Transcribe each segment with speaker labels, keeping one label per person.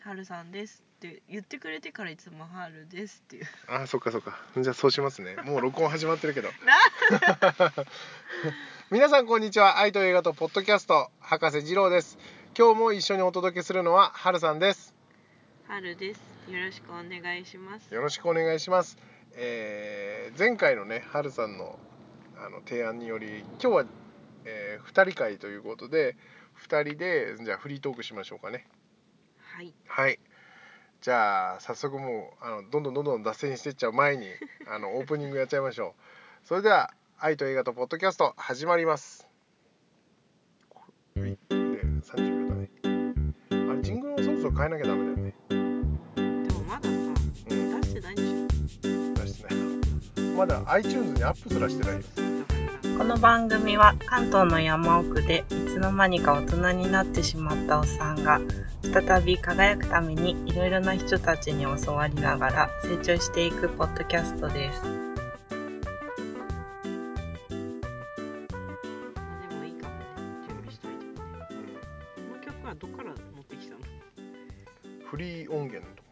Speaker 1: はるさんです」って言ってくれてからいつも「はるです」っていう
Speaker 2: あそっかそっかじゃあそうしますねもう録音始まってるけど 皆さんこんにちは愛と映画とポッドキャスト博士二郎です今日も一緒にお届けするのははるさんです
Speaker 1: はるですよろしくお願いします
Speaker 2: よろしくお願いしますえー前回のねはるさんのあの提案により今日は、えー、2人会ということで2人でじゃあフリートークしましょうかね
Speaker 1: はい
Speaker 2: はい。じゃあ早速もうあのどんどんどんどん脱線してっちゃう前にあのオープニングやっちゃいましょう。それでは愛と映画とポッドキャスト始まります。はい。で30秒だね。あれジングルもそろそろ変えなきゃダメだよね。
Speaker 1: でもまださ
Speaker 2: うん
Speaker 1: 出してないんでしょ
Speaker 2: 出してない。まだ iTunes にアップすらしてないよ。
Speaker 3: この番組は関東の山奥でいつの間にか大人になってしまったおっさんが再び輝くためにいろいろな人たちに教わりながら成長していくポッドキャストです。
Speaker 1: まあでもいいかもね準備しといてもねこの曲はどっから持ってきたの
Speaker 2: フリー音源のとこ。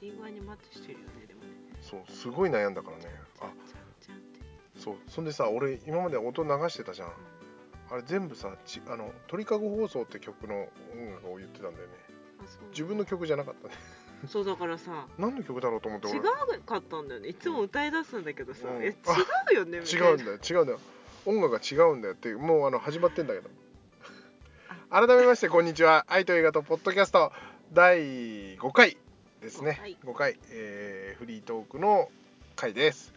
Speaker 2: うん。
Speaker 1: いい具合にマッチしてるよねでもね
Speaker 2: そうすごい悩んだからね。あ
Speaker 1: ちゃんちゃんって
Speaker 2: そうそんでさ俺今まで音流してたじゃん。あれ全部さちあの鳥かご放送って曲の音楽を言ってたんだよね
Speaker 1: うんあそう
Speaker 2: 自分の曲じゃなかったね
Speaker 1: そうだからさ
Speaker 2: 何の曲だろうと思って俺
Speaker 1: 違うかったんだよねいつも歌い出すんだけどさ、
Speaker 2: うん
Speaker 1: いや違うよねみたいな
Speaker 2: 違うんだよ違うんだよ音楽が違うんだよってもうあの始まってんだけど改めましてこんにちは愛と映画とポッドキャスト第5回ですね5回えーフリートークの回です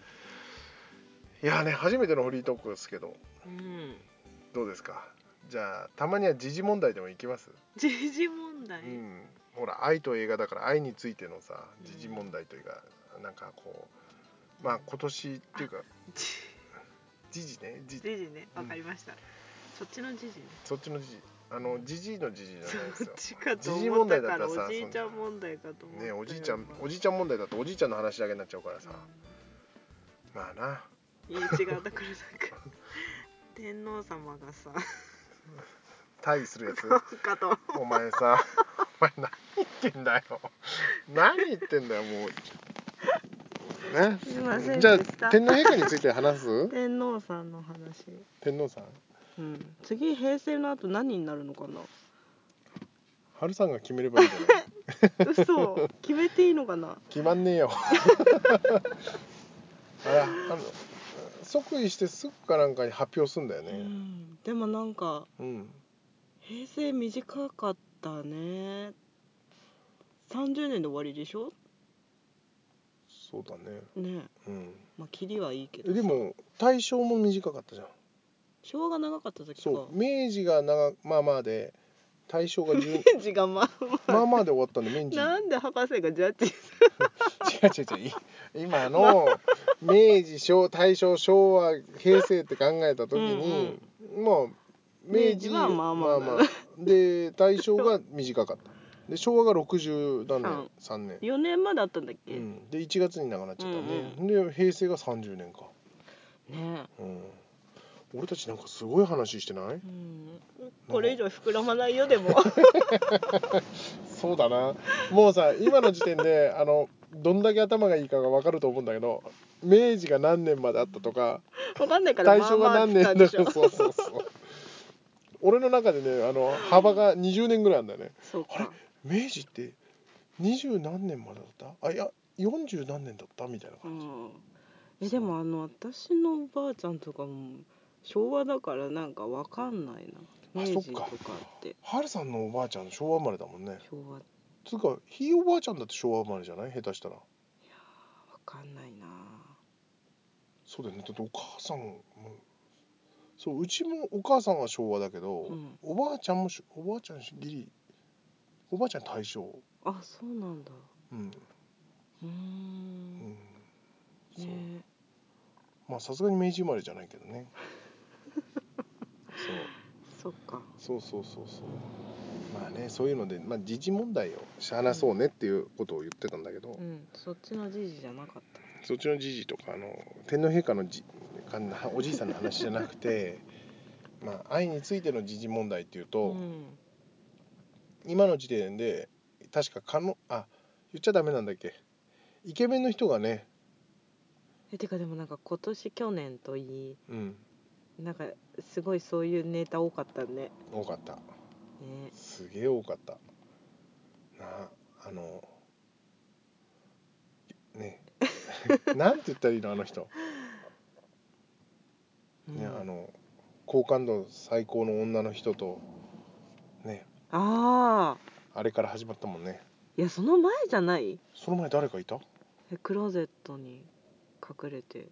Speaker 2: いやーね初めてのフリートークですけど
Speaker 1: うん
Speaker 2: どうですかじゃあたまには時事問題でもいきます
Speaker 1: 時事問題、
Speaker 2: うん、ほら愛と映画だから愛についてのさ時事問題というか、なんかこうまあ今年っていうか
Speaker 1: じ
Speaker 2: 時事ね時
Speaker 1: 時事ね
Speaker 2: うん
Speaker 1: わかりました、そっちの時事ね
Speaker 2: そっちの時事あの時事の時事じゃないです
Speaker 1: そっ
Speaker 2: よ。
Speaker 1: ちかと
Speaker 2: 時事
Speaker 1: 思っ
Speaker 2: 問
Speaker 1: た
Speaker 2: 題だ
Speaker 1: か
Speaker 2: った
Speaker 1: ら
Speaker 2: ら
Speaker 1: お
Speaker 2: さ
Speaker 1: じいちゃん問題かと思った
Speaker 2: ね
Speaker 1: よ
Speaker 2: おじいちゃんおじいちゃん問題だとおじいちゃんの話だけになっちゃうからさ、まあない
Speaker 1: や違うだから なんか天皇様がさ
Speaker 2: 対する やつ
Speaker 1: なんかと
Speaker 2: お前さお前何言ってんだよ何言ってんだよもう
Speaker 3: すいませ
Speaker 2: ね
Speaker 3: ん
Speaker 2: じゃあ
Speaker 3: でした
Speaker 2: 天皇陛下について話す
Speaker 3: 天皇さんの話、
Speaker 2: 天皇さん
Speaker 3: うん、次平成の後何になるのかな
Speaker 2: 春さんが決めればいいんじゃない
Speaker 3: 嘘決めていいのかな
Speaker 2: 決まんねえよ あれあの即位してすぐかなんかに発表すんだよ
Speaker 3: う
Speaker 2: ね
Speaker 3: ん、でもなんか
Speaker 2: うん、
Speaker 3: 平成短かったね30年で終わりでしょ
Speaker 2: そうだね
Speaker 3: ね
Speaker 2: うん
Speaker 3: まあキリはいいけ
Speaker 2: え
Speaker 3: ど
Speaker 2: でも大正も短かったじゃん
Speaker 3: 昭和が長かった時か
Speaker 2: そう 明治が長まあまあで大正が10
Speaker 3: ペンチがま
Speaker 2: まあまあで終わったんで明治
Speaker 3: なんで博士がジャッジす
Speaker 2: 違う違う違うい今の明治昭大正昭和平成って考えた時にまあ
Speaker 3: 明
Speaker 2: 明治
Speaker 3: 治はまあまあ
Speaker 2: で大正が短かったで昭和が60何
Speaker 3: う
Speaker 2: 年
Speaker 3: ん
Speaker 2: 3年
Speaker 3: る ?4 年まであったんだっけ、ね
Speaker 2: うん、で1月に亡くなっちゃったね、
Speaker 3: う
Speaker 2: で平成が30年か、
Speaker 3: え
Speaker 2: うん、俺たちなんかすごい話してない
Speaker 3: うん、これ以上膨らまないよで も
Speaker 2: そうだなもうさ今の時点であのどんだけ頭がいいかが分かると思うんだけど明治が何年まであったとか
Speaker 3: わかんないから
Speaker 2: 大
Speaker 3: まあ
Speaker 2: 正
Speaker 3: ま
Speaker 2: が
Speaker 3: あ来
Speaker 2: 何年
Speaker 3: た
Speaker 2: だ
Speaker 3: でしょ
Speaker 2: よ そうそうそう俺の中でねあの幅が20年ぐらいなんだよね
Speaker 3: そう
Speaker 2: あれ
Speaker 3: か
Speaker 2: 明治って二十何年までだったあいや40何年だったみたいな
Speaker 3: う
Speaker 2: 感じ、
Speaker 3: んえでもあの私のおばあちゃんとかも昭和だからなんかわかんないな
Speaker 2: あ
Speaker 3: 明
Speaker 2: そっ
Speaker 3: 治
Speaker 2: か
Speaker 3: とかって
Speaker 2: ハルさんのおばあちゃん昭和生まれだもんね
Speaker 3: 昭和わ
Speaker 2: つうかひいおばあちゃんだって昭和生まれじゃない下手したら
Speaker 3: かんないな
Speaker 2: そうだよねだってお母さんもそううちもお母さんは昭和だけど、
Speaker 3: うん
Speaker 2: おばあちゃんもしおばあちゃんしギリおばあちゃん大正
Speaker 3: あそうなんだ
Speaker 2: うん
Speaker 3: うー
Speaker 2: うんんそう、
Speaker 3: ね
Speaker 2: まあさすがに明治生まれじゃないけどね
Speaker 3: そっか
Speaker 2: そうそうそうそうそうまあねそういうので、まあ、時事問題を話そうねっていうことを言ってたんだけど、
Speaker 3: うんそっちのじいじじゃなかった
Speaker 2: そっちの時事とかあの天皇陛下のじかんおじいさんの話じゃなくてまあ愛についての時事問題っていうと、
Speaker 3: うん
Speaker 2: 今の時点で確かかのあ言っちゃダメなんだっけイケメンの人がね
Speaker 3: えてかでもなんか今年去年といい
Speaker 2: うん
Speaker 3: なんかすごいそういうネタ多かったね
Speaker 2: 多かった
Speaker 3: ね
Speaker 2: すげえ多かったなああの ねなんて言ったらいいのあの人、ね
Speaker 3: うん
Speaker 2: あの好感度最高の女の人とね
Speaker 3: あー
Speaker 2: あれから始まったもんね
Speaker 3: いやその前じゃない
Speaker 2: その前誰かいた
Speaker 3: えクローゼットに隠れて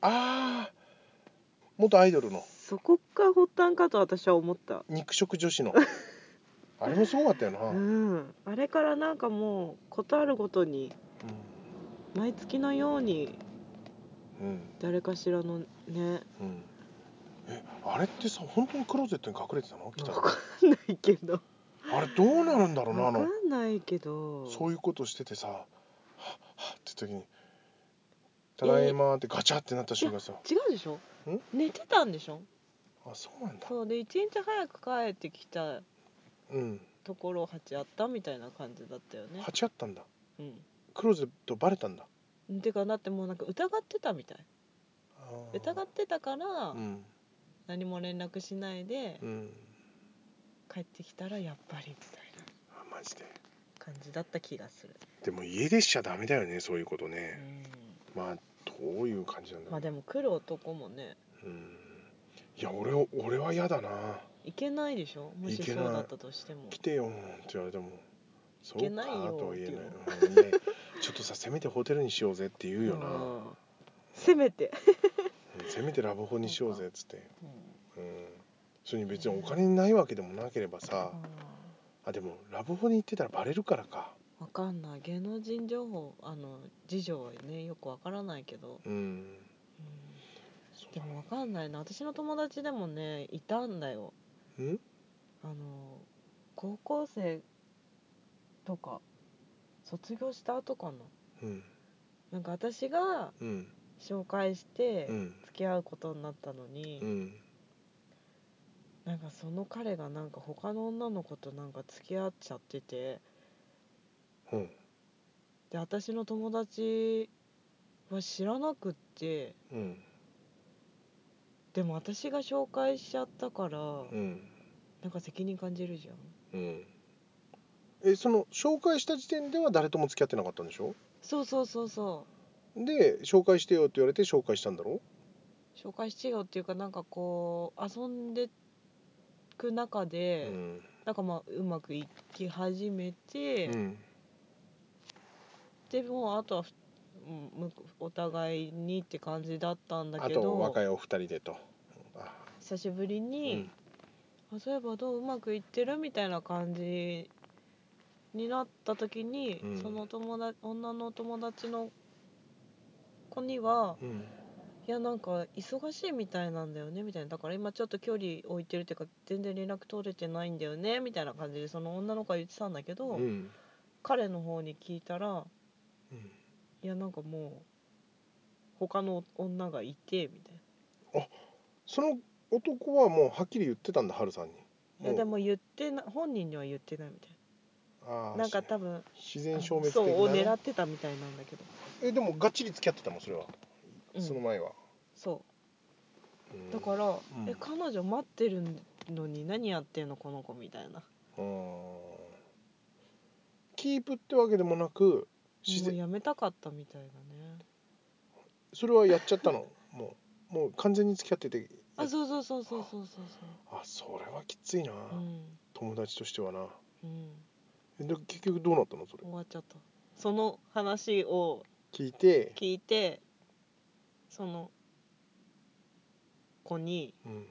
Speaker 2: ああ元アイドルの
Speaker 3: そこが発端かと私は思った
Speaker 2: 肉食女子 のあれもすごかったよな、
Speaker 3: う
Speaker 2: うん
Speaker 3: んあれからなんかもうことあるごとに毎月のように
Speaker 2: うん
Speaker 3: 誰かしらのね
Speaker 2: うんえあれってさ本当にクローゼットに隠れてたの来た
Speaker 3: わかんないけど
Speaker 2: あれどうなるんだろうなあ
Speaker 3: わか
Speaker 2: の
Speaker 3: んないけど
Speaker 2: そういうことしててさ「はっはっ」って時に「ただいま」ってガチャってなった瞬間さ
Speaker 3: 違うでしょ
Speaker 2: ん
Speaker 3: 寝てたんでしょ
Speaker 2: あそうなんだ
Speaker 3: そうで一日早く帰ってきた
Speaker 2: うん
Speaker 3: ところ蜂あったみたいな感じだったよね
Speaker 2: 鉢あったんだ
Speaker 3: う
Speaker 2: クローゼットバレたんだ
Speaker 3: んてかだってもうなんか疑ってたみたい
Speaker 2: あー
Speaker 3: 疑ってたから
Speaker 2: うん
Speaker 3: 何も連絡しないで
Speaker 2: うん
Speaker 3: 帰ってきたらやっぱりみたいな
Speaker 2: あマジで
Speaker 3: 感じだった気がする
Speaker 2: でも家出しちゃダメだよねそういうこと
Speaker 3: う
Speaker 2: ね
Speaker 3: ん
Speaker 2: まあどういう感じなんだ
Speaker 3: ま
Speaker 2: ろ
Speaker 3: あでも来る男もね
Speaker 2: ううんいや俺を俺は嫌だない
Speaker 3: けないでしょもし
Speaker 2: い
Speaker 3: そ
Speaker 2: け
Speaker 3: う
Speaker 2: ない
Speaker 3: だったとしても
Speaker 2: 来てよって言われてもそう
Speaker 3: け
Speaker 2: か
Speaker 3: ないよ
Speaker 2: とは言えない
Speaker 3: っ
Speaker 2: うんいやいやちょっとさせめてホテルにしようぜって言うよな、
Speaker 3: うんせめて、
Speaker 2: うんせめてラブホにしようぜっつって
Speaker 3: うん
Speaker 2: うんそれに別にお金ないわけでもなければさあでもラブホに行ってたらバレるからか
Speaker 3: わかんない芸能人情報あの事情はねよくわからないけど、
Speaker 2: うん
Speaker 3: うん
Speaker 2: そう
Speaker 3: で
Speaker 2: だ
Speaker 3: もわかんないな私の友達でもねいたんだよ
Speaker 2: うん
Speaker 3: あの高校生とか卒業した後かな
Speaker 2: うん
Speaker 3: なんか私が
Speaker 2: うん
Speaker 3: 紹介して
Speaker 2: うん
Speaker 3: 付き合うことになったのに、
Speaker 2: うん
Speaker 3: なんかその彼がなんか他の女の子となんか付き合っちゃってて
Speaker 2: うん
Speaker 3: で私の友達は知らなくって
Speaker 2: うん
Speaker 3: でも私が紹介しちゃったから、
Speaker 2: うん
Speaker 3: なんか責任感じるじゃん
Speaker 2: うんえその紹介した時点では誰とも付き合ってなかったんでしょ
Speaker 3: そうそうそうそ
Speaker 2: で紹介してよって言われて紹介したんだろ
Speaker 3: う紹介してよっていうかなんかこう遊んでく中
Speaker 2: う
Speaker 3: で、
Speaker 2: ん
Speaker 3: なんかまあうまくいき始めて、
Speaker 2: うん
Speaker 3: でもうあとはふうんむお互いにって感じだったんだ
Speaker 2: あ
Speaker 3: け
Speaker 2: と
Speaker 3: ど
Speaker 2: 若いお二人でとあ
Speaker 3: 久しぶりに、あそういえばどううまくいってるみたいな感じになった時に、
Speaker 2: うん
Speaker 3: その友達女の友達の子には
Speaker 2: うんうん
Speaker 3: 「いやなんか忙しいみたいなんだよね」みたいな「だから今ちょっと距離置いてるっていうか全然連絡取れてないんだよね」みたいな感じでその女の子は言ってたんだけど、
Speaker 2: うん
Speaker 3: 彼の方に聞いたら
Speaker 2: うん
Speaker 3: 「いやなんかもう他の女がいて」みたいな。
Speaker 2: その男はもうはっきり言ってたんだハルさんに
Speaker 3: いや
Speaker 2: もう
Speaker 3: でも言ってな本人には言ってないみたい
Speaker 2: あ
Speaker 3: な
Speaker 2: ー
Speaker 3: なんか多分
Speaker 2: 自然消滅的
Speaker 3: そ
Speaker 2: な
Speaker 3: うを
Speaker 2: ね
Speaker 3: 狙ってたみたいなんだけど、
Speaker 2: えでもがっちり付き合ってたもんそれは、
Speaker 3: うん、
Speaker 2: その前は、
Speaker 3: そう
Speaker 2: うん
Speaker 3: だから、
Speaker 2: ん
Speaker 3: え彼女待ってるのに何やってんのこの子みたいな
Speaker 2: うんキープってわけでもなく自
Speaker 3: もう
Speaker 2: 然
Speaker 3: やめたかったみたいだね
Speaker 2: それはやっちゃったのもうもう完全に付き合ってて
Speaker 3: あそうそうそうそうそうそう
Speaker 2: あそれはきついな、
Speaker 3: そううん
Speaker 2: 友達としてはな
Speaker 3: うん
Speaker 2: えで結局どうなったのそれ
Speaker 3: 終わっちゃったその話を
Speaker 2: 聞いて、
Speaker 3: 聞いてその子に
Speaker 2: うん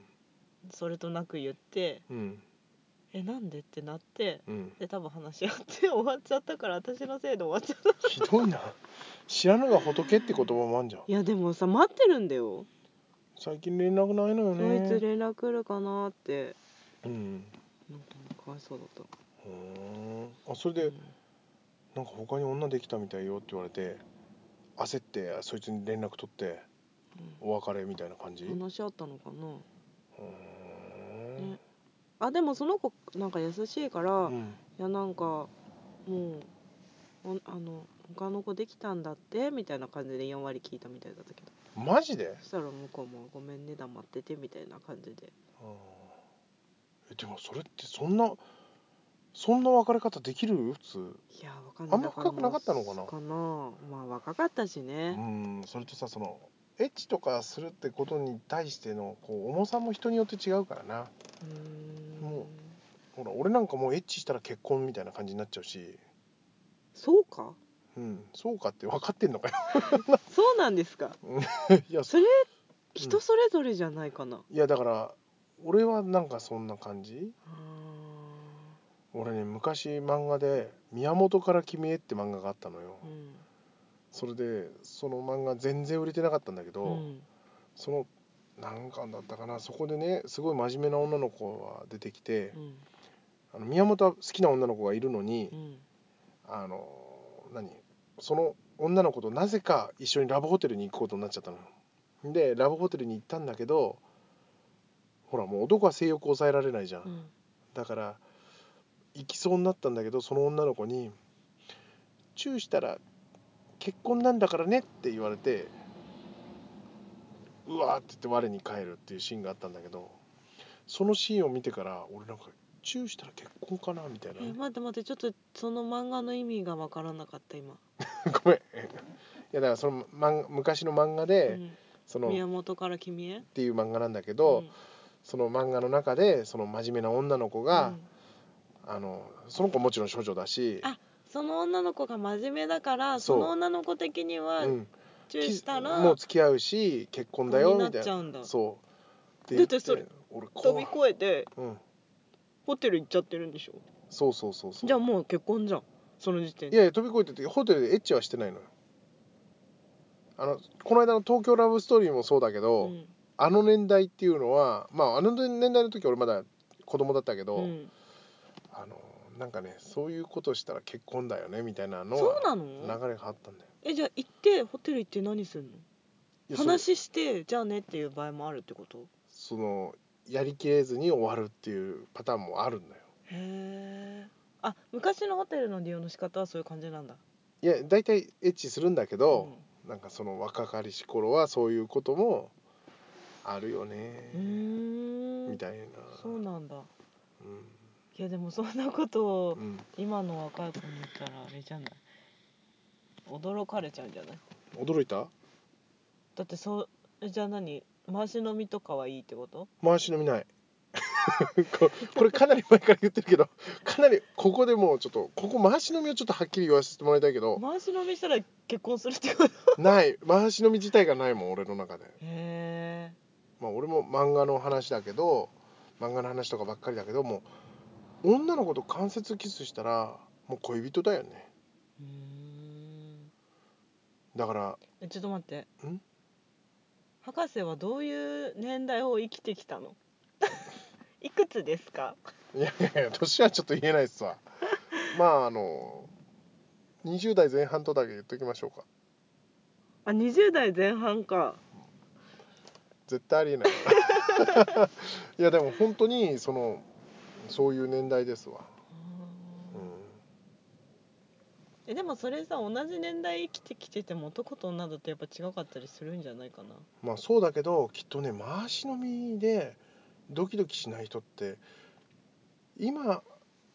Speaker 3: それとなく言って
Speaker 2: うん
Speaker 3: 「えなんで?」ってなって
Speaker 2: うん、
Speaker 3: で多分話し合って 終わっちゃったから私のせいで終わっちゃった
Speaker 2: ひどいな知らぬが仏って言葉もあんじゃん
Speaker 3: いやでもさ待ってるんだよ、
Speaker 2: 最近連絡ないのよ
Speaker 3: そいつ
Speaker 2: ね
Speaker 3: 連絡来るかなって
Speaker 2: うん
Speaker 3: なんかかわいそうだった
Speaker 2: ふーんあそれでなんか他に女できたみたいよって言われて焦ってあそいつに連絡取ってお別れみたいな感じ、
Speaker 3: 話し合ったのかな、
Speaker 2: うーん
Speaker 3: ねあでもその子なんか優しいから、
Speaker 2: う
Speaker 3: い
Speaker 2: ん
Speaker 3: やなんかもうおあの他の子できたんだってみたいな感じで4割聞いたみたいだったけど
Speaker 2: マジで、
Speaker 3: そしたら向こうも「ごめんね黙ってて」みたいな感じで
Speaker 2: うんえでもそれってそんなそんな別れ方できる普通
Speaker 3: いやわかんない
Speaker 2: あんま深くなかったのかな
Speaker 3: かなまあ若かったし
Speaker 2: う
Speaker 3: ね、
Speaker 2: んそれとさそのエッチとかするってことに対してのこう重さも人によって違うからな
Speaker 3: うーん、
Speaker 2: もうほら俺なんかもうエッチしたら結婚みたいな感じになっちゃうし
Speaker 3: そうか
Speaker 2: うんそうかって分かってんのかよ
Speaker 3: そうなんですか
Speaker 2: いやそ
Speaker 3: それ人それぞれじゃないかな、
Speaker 2: いやだから俺はなんかそんな感じ
Speaker 3: あ
Speaker 2: 俺ね昔漫画で「宮本から君へ」って漫画があったのよ
Speaker 3: ーうん
Speaker 2: それでその漫画全然売れてなかったんだけど、
Speaker 3: うん
Speaker 2: その何巻だったかなそこでねすごい真面目な女の子が出てきて
Speaker 3: う、ん
Speaker 2: あの宮本は好きな女の子がいるのに、
Speaker 3: うん
Speaker 2: あの何その女の子となぜか一緒にラブホテルに行くことになっちゃったのよでラブホテルに行ったんだけどほらもう男は性欲を抑えられないじゃん、
Speaker 3: うん
Speaker 2: だから行きそうになったんだけどその女の子に「チューしたら結婚なんだからね」って言われてうわーって言って我に返るっていうシーンがあったんだけどそのシーンを見てから俺なんか「チューしたら結婚かな」みたいな
Speaker 3: え待って待ってちょっとその漫画の意味がわからなかった今、
Speaker 2: ごめん。いやだからその漫昔の漫画で、そ
Speaker 3: うん、
Speaker 2: のっ
Speaker 3: 宮本から君へ
Speaker 2: ていう漫画なんだけど、
Speaker 3: うん
Speaker 2: その漫画の中でその真面目な女の子
Speaker 3: う
Speaker 2: が、
Speaker 3: ん
Speaker 2: あのその子もちろん処女だし、
Speaker 3: あその女の子が真面目だから
Speaker 2: そ
Speaker 3: そうの女の子的には
Speaker 2: うん、
Speaker 3: 注意したら、
Speaker 2: もう付き合うし結婚だよ
Speaker 3: にな
Speaker 2: み
Speaker 3: った
Speaker 2: い
Speaker 3: ち
Speaker 2: な
Speaker 3: ゃうんだ
Speaker 2: そうって
Speaker 3: だってそれ
Speaker 2: 俺こう
Speaker 3: 飛び越えて
Speaker 2: うん
Speaker 3: ホテル行っちゃってるんでしょ
Speaker 2: そうそうそうそう
Speaker 3: じゃあもう結婚じゃんその時点
Speaker 2: い
Speaker 3: で
Speaker 2: やいや飛び越えててホテルでエッチはしてないのよあのこの間の東京ラブストーリーもそうだけど、
Speaker 3: うん
Speaker 2: あの年代っていうのはまああの年代の時俺まだ子供だったけど、
Speaker 3: うん
Speaker 2: あのなんかねそういうことしたら結婚だよねみたいなの
Speaker 3: そう
Speaker 2: は
Speaker 3: なの
Speaker 2: 流れがあったんだよ
Speaker 3: えじゃあ行ってホテル行って何するの
Speaker 2: いやそれ
Speaker 3: 話してじゃあねっていう場合もあるってこと
Speaker 2: そのやりきれずに終わるっていうパターンもあるんだよ
Speaker 3: へえあ昔のホテルの利用の仕方はそういう感じなんだ
Speaker 2: いや大体エッチするんだけ
Speaker 3: う
Speaker 2: ど
Speaker 3: ん、
Speaker 2: なんかその若かりし頃はそういうこともあるよね
Speaker 3: うーん
Speaker 2: みたいな
Speaker 3: そうなんだ
Speaker 2: うん
Speaker 3: いやでもそんなことを
Speaker 2: うん
Speaker 3: 今の若い子に言ったらあれじゃない驚かれちゃうんじゃない
Speaker 2: 驚いた
Speaker 3: だってそうえじゃあ何回し飲みとかはいいってこと
Speaker 2: 回し飲みない ここれかなり前から言ってるけどかなりここでもうちょっとここ回し飲みをちょっとはっきり言わせてもらいたいけど
Speaker 3: 回し飲みしたら結婚するってこと
Speaker 2: ない回し飲み自体がないもん俺の中で
Speaker 3: へえ
Speaker 2: まあ俺も漫画の話だけど漫画の話とかばっかりだけどもう女の子と関節キスしたらもう恋人だよね
Speaker 3: うーん
Speaker 2: だから
Speaker 3: えちょっと待って
Speaker 2: ん
Speaker 3: 博士はどういう年代を生きてきたの いくつですか
Speaker 2: いやいやいや年はちょっと言えないっすわまああの20代前半とだけ言っときましょうか
Speaker 3: あ20代前半か
Speaker 2: 絶対ありえないいやでも本当にそのそういう年代ですわ、う、
Speaker 3: えでもそれさ同じ年代生きてきてても男と女だとやっぱ違かったりするんじゃないかなん
Speaker 2: まあそうだけどきっとね回し飲みでドキドキしない人って今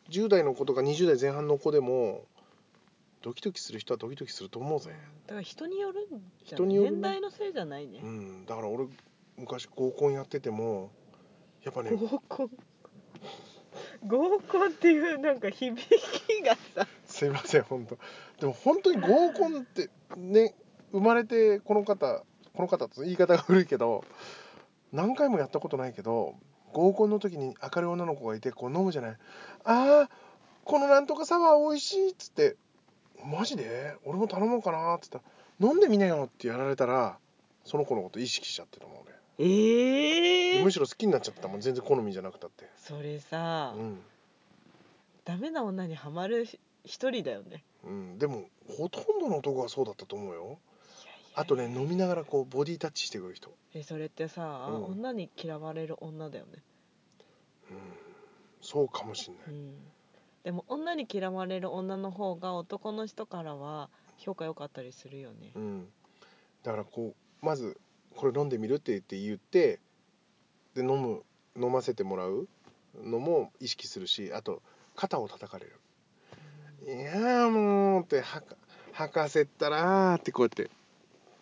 Speaker 2: 10代の子とか20代前半の子でもドキドキする人はドキドキすると思うぜ、
Speaker 3: だから人によるんじゃない
Speaker 2: 人によるね
Speaker 3: 年代のせいじゃないね
Speaker 2: うん、だから俺昔合コンやっててもやっぱね
Speaker 3: 合コン合コンっていうなんか響きがさ
Speaker 2: すいません本当でも本当に合コンってね生まれてこの方この方と言い方が古いけど何回もやったことないけど合コンの時に明るい女の子がいてこう飲むじゃないあーこのなんとかサワー美味しいっつってマジで俺も頼もうかなっつったら飲んでみなよってやられたらその子のこと意識しちゃってたもん
Speaker 3: え
Speaker 2: 俺むしろ好きになっちゃってたもん全然好みじゃなくたって
Speaker 3: それさ、
Speaker 2: うん
Speaker 3: ダメな女にはまる一人だよね
Speaker 2: うん、でもほとんどの男がそうだったと思うよあとね飲みながらこうボディタッチしてくる人、
Speaker 3: えそれってさ、
Speaker 2: うん
Speaker 3: 女に嫌われる女だよね
Speaker 2: うん、そうかもしんない
Speaker 3: うんでも女に嫌われる女の方が男の人からは評価良かったりするよね
Speaker 2: うん、だからこうまず「これ飲んでみる?」って言って言ってで飲む飲ませてもらうのも意識するしあと肩を叩かれる「いやーもう」ってはか吐かせたらーってこうやって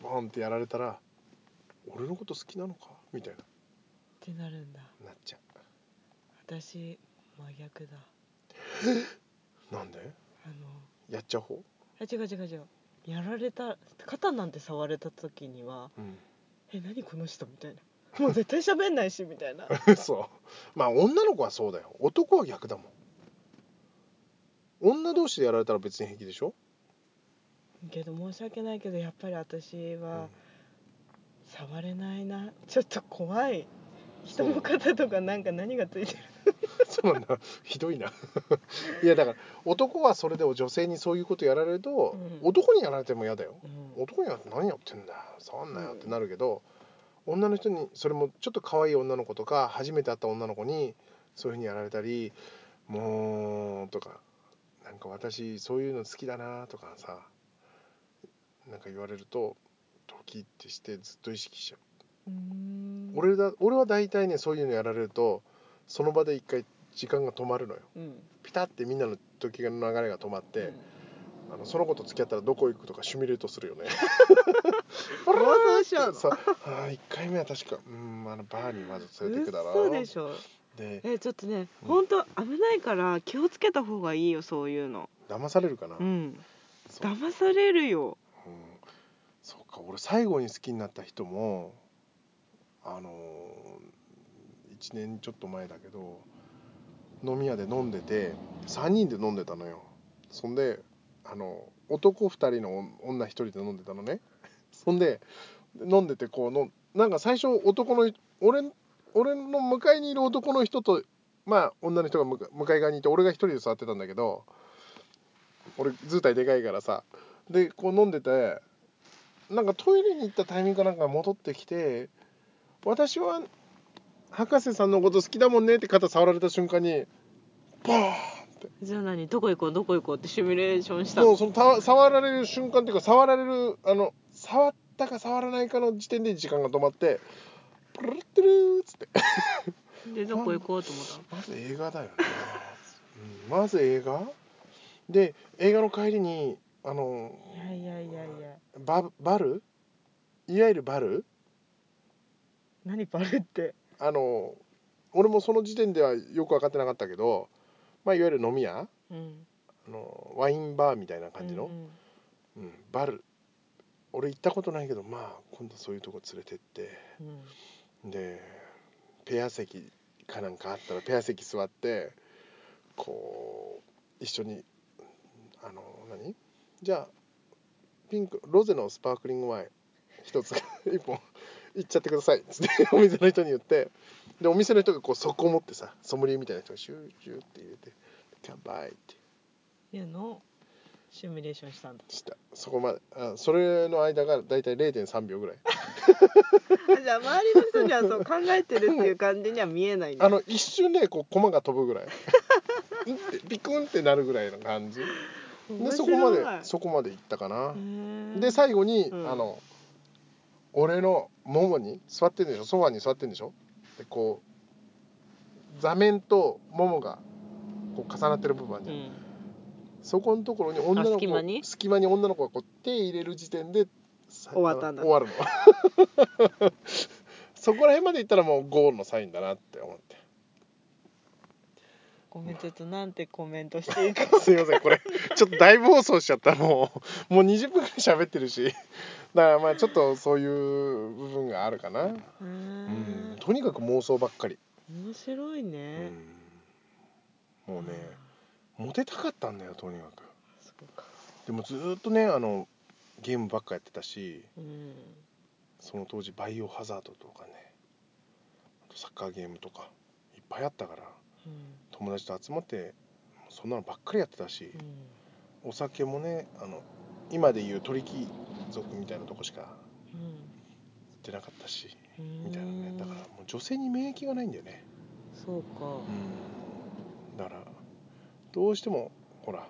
Speaker 2: ボンってやられたら「俺のこと好きなのか?」みたい
Speaker 3: ってなるんだ
Speaker 2: ななっちゃ
Speaker 3: 私真逆だ
Speaker 2: うなんで
Speaker 3: あの
Speaker 2: やっちゃう方、
Speaker 3: あ違う違う違うやられた肩なんて触れた時には「え何この人」みたいなもう絶対喋んないしみたい な
Speaker 2: うんそうまあ女の子はそうだよ男は逆だもん女同士でやられたら別に平気でしょ、
Speaker 3: けど申し訳ないけどやっぱり私
Speaker 2: うん
Speaker 3: は触れないなちょっと怖い人
Speaker 2: そ
Speaker 3: の
Speaker 2: う
Speaker 3: 肩とかなんか何がついてる
Speaker 2: そうなんだひどいな いやだから男はそれで女性にそういうことやられると、
Speaker 3: うん
Speaker 2: 男にやられても嫌だよ
Speaker 3: うん
Speaker 2: 男には何やってんだよ触んなよってなるけど、女の人にそれもちょっと可愛い女の子とか初めて会った女の子にそういうふうにやられたり「もう」とか「なんか私そういうの好きだな」とかさなんか言われるとドキッてしてずっと意識しちゃう。
Speaker 3: うーん
Speaker 2: 俺だ俺は大体ねそういうのやられるとその場で一回時間が止まるのよ
Speaker 3: うん
Speaker 2: ピタってみんなの時の流れが止まって、あのその子と付き合ったらどこ行くとかシミュレートするよね
Speaker 3: あら そうしちゃうの
Speaker 2: さあー1回目は確かうんあのバーにまず連れてくだろ
Speaker 3: そうでしょ
Speaker 2: で
Speaker 4: えちょっとね
Speaker 2: うん
Speaker 4: 本当危ないから気をつけた方がいいよそういうの
Speaker 2: 騙されるかな、
Speaker 4: うん
Speaker 2: そう
Speaker 4: 騙されるよ
Speaker 2: うんそうか俺最後に好きになった人もあの1年ちょっと前だけど飲み屋で飲んでて3人で飲んでたのよそんであの男2人の女1人で飲んでたのね そんで飲んでてこうのなんか最初男の俺俺の向かいにいる男の人とまあ女の人が向か向かい側にいて俺が1人で座ってたんだけど俺図体でかいからさでこう飲んでてなんかトイレに行ったタイミングかなんか戻ってきて「私は博士さんのこと好きだもんね」って肩触られた瞬間にボーンって
Speaker 4: じゃあ何どこ行こうどこ行こうってシミュレーションした
Speaker 2: もう
Speaker 4: の
Speaker 2: そのた触られる瞬間っていうか触られるあの触ったか触らないかの時点で時間が止まって「プルルッてるー」っつって
Speaker 4: でどこ行こうと思ったの
Speaker 2: まず映画だよね、うん、まず映画で映画の帰りにあの
Speaker 3: いやいやいやいや
Speaker 2: ババルいわゆるバル
Speaker 3: 何バレって
Speaker 2: あの俺もその時点ではよく分かってなかったけど、まあ、いわゆる飲み屋
Speaker 3: うん
Speaker 2: あのワインバーみたいな感じの、
Speaker 3: うん
Speaker 2: うんバル俺行ったことないけどまあ今度そういうとこ連れてって
Speaker 3: うん
Speaker 2: でペア席かなんかあったらペア席座ってこう一緒にあの何じゃあピンクロゼのスパークリングワイン一つ 一本いっちゃってくださいっつってお店の人に言ってでお店の人がこうそこを持ってさソムリエみたいな人がシューシューって入れて「乾杯」って
Speaker 3: いうのをシミュレーションしたんだ
Speaker 2: したそこまであそれの間が大体0.3秒ぐらい
Speaker 3: あじゃあ周りの人にはそう考えてるっていう感じには見えないんだ
Speaker 2: あの一瞬でこう駒が飛ぶぐらい うんってビクンってなるぐらいの感じで
Speaker 3: 面
Speaker 2: そこま
Speaker 3: 白い
Speaker 2: でそこまで行ったかな
Speaker 3: へ、ー
Speaker 2: で最後に、
Speaker 3: うん
Speaker 2: あの俺のももに座ってんでしょソファに座ってんでしょでこう座面とももがこう重なってる部分ある
Speaker 3: う
Speaker 2: じゃん、
Speaker 3: ん
Speaker 2: そこのところに女の
Speaker 3: あ
Speaker 2: 子
Speaker 3: 隙間に
Speaker 2: 隙間に女の子がこう手入れる時点でさ
Speaker 3: 終わったんだ
Speaker 2: 終わるの そこら辺まで行ったらもうゴールのサインだなって思って
Speaker 3: ごめんちょっとなんてコメントしていい か
Speaker 2: すいませんこれちょっと大暴走しちゃったもうもう20分ぐらい喋ってるしだからまあちょっとそういう部分があるかな、
Speaker 3: うー
Speaker 2: うん
Speaker 3: ん、
Speaker 2: とにかく妄想ばっかり、
Speaker 3: 面白いね、
Speaker 2: うんもうねモテたかったんだよとにかく
Speaker 3: そうか
Speaker 2: でもずーっとねあのゲームばっかやってたし
Speaker 3: うん
Speaker 2: その当時バイオハザードとかねあとサッカーゲームとかいっぱいあったから
Speaker 3: うん
Speaker 2: 友達と集まってそんなのばっかりやってたし
Speaker 3: うん
Speaker 2: お酒もねあの今でいう鳥貴族みたいなとこしか売ってなかったし
Speaker 3: うん
Speaker 2: みたいな
Speaker 3: うー
Speaker 2: ね
Speaker 3: ん
Speaker 2: だからもう女性に免疫がないんだよね
Speaker 3: そうか
Speaker 2: うんだからどうしてもほら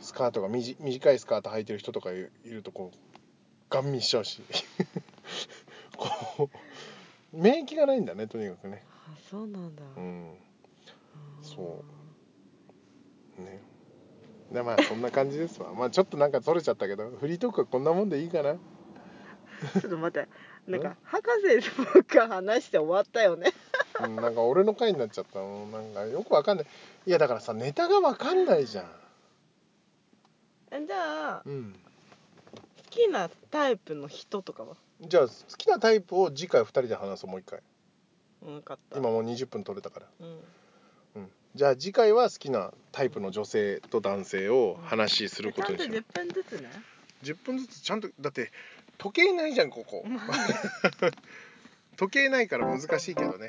Speaker 2: スカートがみじ短いスカート履いてる人とかいいるとこうガン見しちゃうし こう免疫がないんだねとにかくね
Speaker 3: あそうなんだ、
Speaker 2: うんそ
Speaker 3: うん
Speaker 2: ねでまあそんな感じですわまあちょっとなんか取れちゃったけどフリートークはこんなもんでいいかな
Speaker 3: ちょっと待ってなんか博士とか話して終わったよね
Speaker 2: うんなんか俺の回になっちゃったのなんかよくわかんないいやだからさネタがわかんないじゃん
Speaker 3: えじゃあ
Speaker 2: うん
Speaker 3: 好きなタイプの人とかは
Speaker 2: じゃあ好きなタイプを次回2人で話そうもう一回
Speaker 3: うんよかった
Speaker 2: 今もう20分取れたから
Speaker 3: うん
Speaker 2: うんじゃあ次回は好きなタイプの女性と男性を話しすることに
Speaker 3: ちゃ
Speaker 2: し
Speaker 3: んと
Speaker 2: よ
Speaker 3: 10分ずつね
Speaker 2: う10分ずつちゃんとだって時計ないじゃんここ時計ないから難しいけどね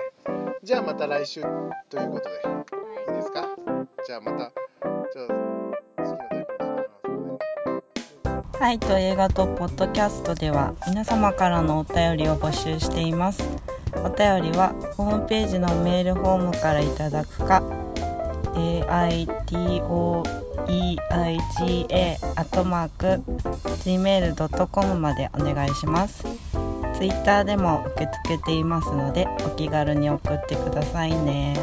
Speaker 2: じゃあまた来週ということでいいですかじゃあまたじゃあ好きなタイプの人と話そうね
Speaker 5: 愛と映画とポッドキャストでは皆様からのお便りを募集していますお便りはホームページのメールフォームからいただくか aitoeiga.gmail.com までお願いしますツイッターでも受け付けていますのでお気軽に送ってくださいね